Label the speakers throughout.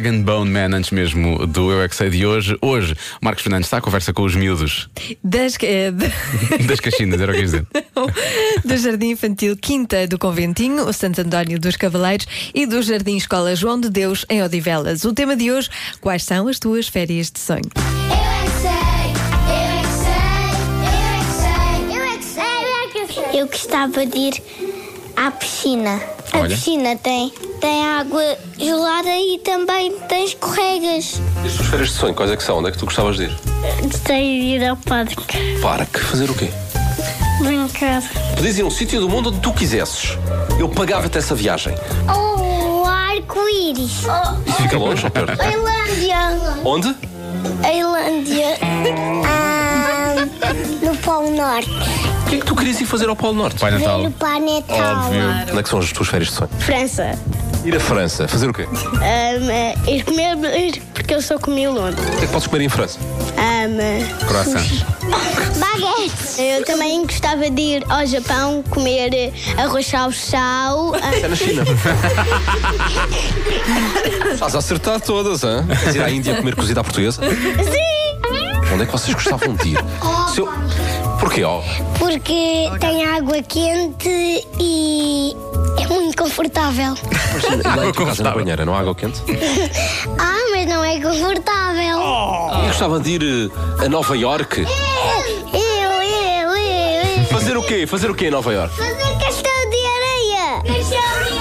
Speaker 1: Grande Bone Man, antes mesmo do Eu é Que Sei de hoje. Hoje, o Marcos Fernandes está à conversa com os miúdos
Speaker 2: Das, eh, da-
Speaker 1: das Caxinas, era o que eu ia dizer.
Speaker 2: do Jardim Infantil Quinta do Conventinho, o Santo António dos Cavaleiros e do Jardim Escola João de Deus em Odivelas. O tema de hoje: quais são as tuas férias de sonho?
Speaker 3: Eu é que sei, eu é que sei, eu é que sei, eu é que sei, eu é que sei, eu é que sei. Eu gostava de ir à piscina. A
Speaker 1: Olha.
Speaker 3: piscina tem, tem água gelada e também tem escorregas.
Speaker 4: E as tuas férias de sonho, quais é que são? Onde é que tu gostavas de ir?
Speaker 3: Gostei de ir ao parque
Speaker 4: Parque. Fazer o quê?
Speaker 3: brincar.
Speaker 4: Podias ir a um sítio do mundo onde tu quisesses. Eu pagava-te essa viagem.
Speaker 3: Oh. O Um arco-íris.
Speaker 4: Isso fica longe ou perto?
Speaker 3: A Ilândia.
Speaker 4: Onde?
Speaker 3: A Ilândia. Ah, no Polo Norte.
Speaker 4: O que é que tu querias ir fazer ao Polo Norte?
Speaker 1: Pai Natal.
Speaker 3: planeta.
Speaker 1: Óbvio.
Speaker 4: Onde é que são as tuas férias de sonho?
Speaker 3: França.
Speaker 4: Ir à França. Fazer o quê? O
Speaker 3: Um, ir comer porque eu só comi Londres.
Speaker 4: que é que podes comer em França?
Speaker 3: Um,
Speaker 1: Croissants.
Speaker 3: Baguetes. Eu também gostava de ir ao Japão comer eh, arroz ao Ah, chau.
Speaker 4: É na China. Estás a acertar todas, hã? Queres ir à Índia comer cozida à portuguesa?
Speaker 3: Sim!
Speaker 4: Onde é que vocês gostavam de ir? Se eu- Porquê, Oh, ó?
Speaker 3: Porque tem água quente e é muito confortável.
Speaker 4: Imagina, lá em tua casa na banheira, não há água quente?
Speaker 3: Ah, mas não é confortável.
Speaker 4: Eu gostava de ir eh, a Nova York.
Speaker 3: Eu, eu, eu, eu.
Speaker 4: Fazer o quê? Fazer o quê em Nova York?
Speaker 3: Fazer castelo de areia. Castelo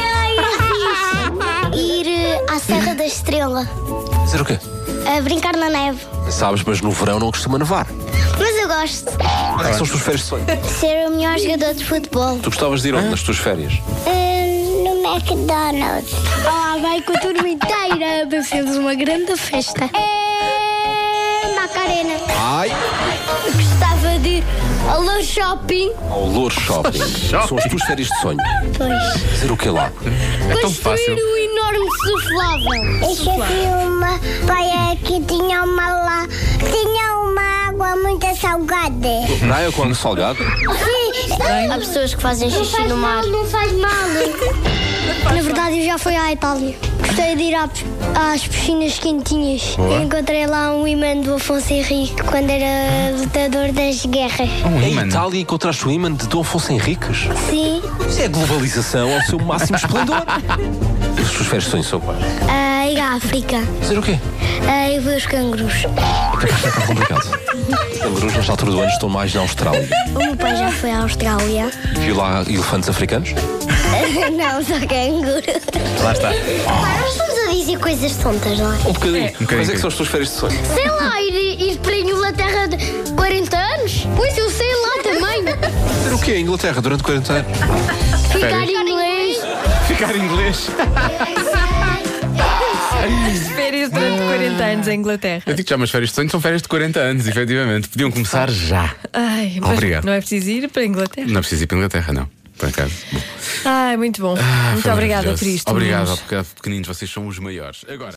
Speaker 3: de areia. ir eh, à Serra da Estrela.
Speaker 4: Fazer o quê?
Speaker 3: A brincar na neve.
Speaker 4: Sabes, mas no verão não costuma nevar.
Speaker 3: Mas eu gosto.
Speaker 4: Onde é que são as tuas férias de sonho?
Speaker 3: Ser o melhor jogador de futebol.
Speaker 4: Tu gostavas de ir onde nas tuas férias?
Speaker 3: no McDonald's. Olá, Ah, vai com a turma inteira. Fazemos uma grande festa. É Macarena.
Speaker 4: Ai!
Speaker 3: Eu gostava de ir ao shopping.
Speaker 4: Ao Louro Shopping. São as tuas férias de sonho.
Speaker 3: Pois.
Speaker 4: Fazer o quê lá?
Speaker 1: É tão fácil.
Speaker 3: um enorme suflável. Eu tinha uma praia que tinha uma lá. Tinha uma água muito salgada.
Speaker 4: Praia com água salgada?
Speaker 3: Há pessoas que fazem xixi no mar. Não faz mal. Na verdade, eu já fui à Itália. Gostei de ir à pis- às piscinas quentinhas. Eu encontrei lá um imã do Afonso Henrique quando era lutador das guerras.
Speaker 1: Um
Speaker 4: Em
Speaker 1: imã.
Speaker 4: Itália encontraste o imã de Dom Afonso Henriques?
Speaker 3: Sim,
Speaker 4: Isso é globalização ao seu máximo esplendor. As tuas férias de sonho são quais?
Speaker 3: ah, ir à África.
Speaker 4: Fazer o quê?
Speaker 3: Ah, e ver os cangurus.
Speaker 4: É complicado. Os cangurus, nesta altura do ano, estão mais na Austrália.
Speaker 3: O meu pai já foi à Austrália.
Speaker 4: Viu lá elefantes africanos?
Speaker 3: não, só canguru.
Speaker 1: Lá está.
Speaker 3: Pai, nós estamos a dizer coisas tontas, não é?
Speaker 4: Um bocadinho. Quais é
Speaker 1: bocadinho.
Speaker 4: que são as tuas férias de sonho?
Speaker 3: Sei lá, ir, ir para a Inglaterra de 40 anos? Pois eu sei lá também.
Speaker 4: Fazer o quê? Em Inglaterra, durante 40 anos?
Speaker 3: Ficar inglês.
Speaker 1: Ficar em inglês.
Speaker 2: Férias durante 40 anos em Inglaterra.
Speaker 1: Eu digo já, mas férias de sonho são férias de 40 anos, efetivamente. Podiam começar já.
Speaker 2: Ai, mas
Speaker 1: Obrigado.
Speaker 2: não é preciso ir para a Inglaterra.
Speaker 1: Não preciso ir para a Inglaterra, não. Por acaso. Bom.
Speaker 2: Ai, muito bom.
Speaker 1: Ah,
Speaker 2: muito
Speaker 1: foi
Speaker 2: obrigada,
Speaker 1: maravilhoso.
Speaker 2: Cristo.
Speaker 1: Obrigado,
Speaker 2: Vamos.
Speaker 1: obrigado, pequeninos, vocês são os maiores. Agora.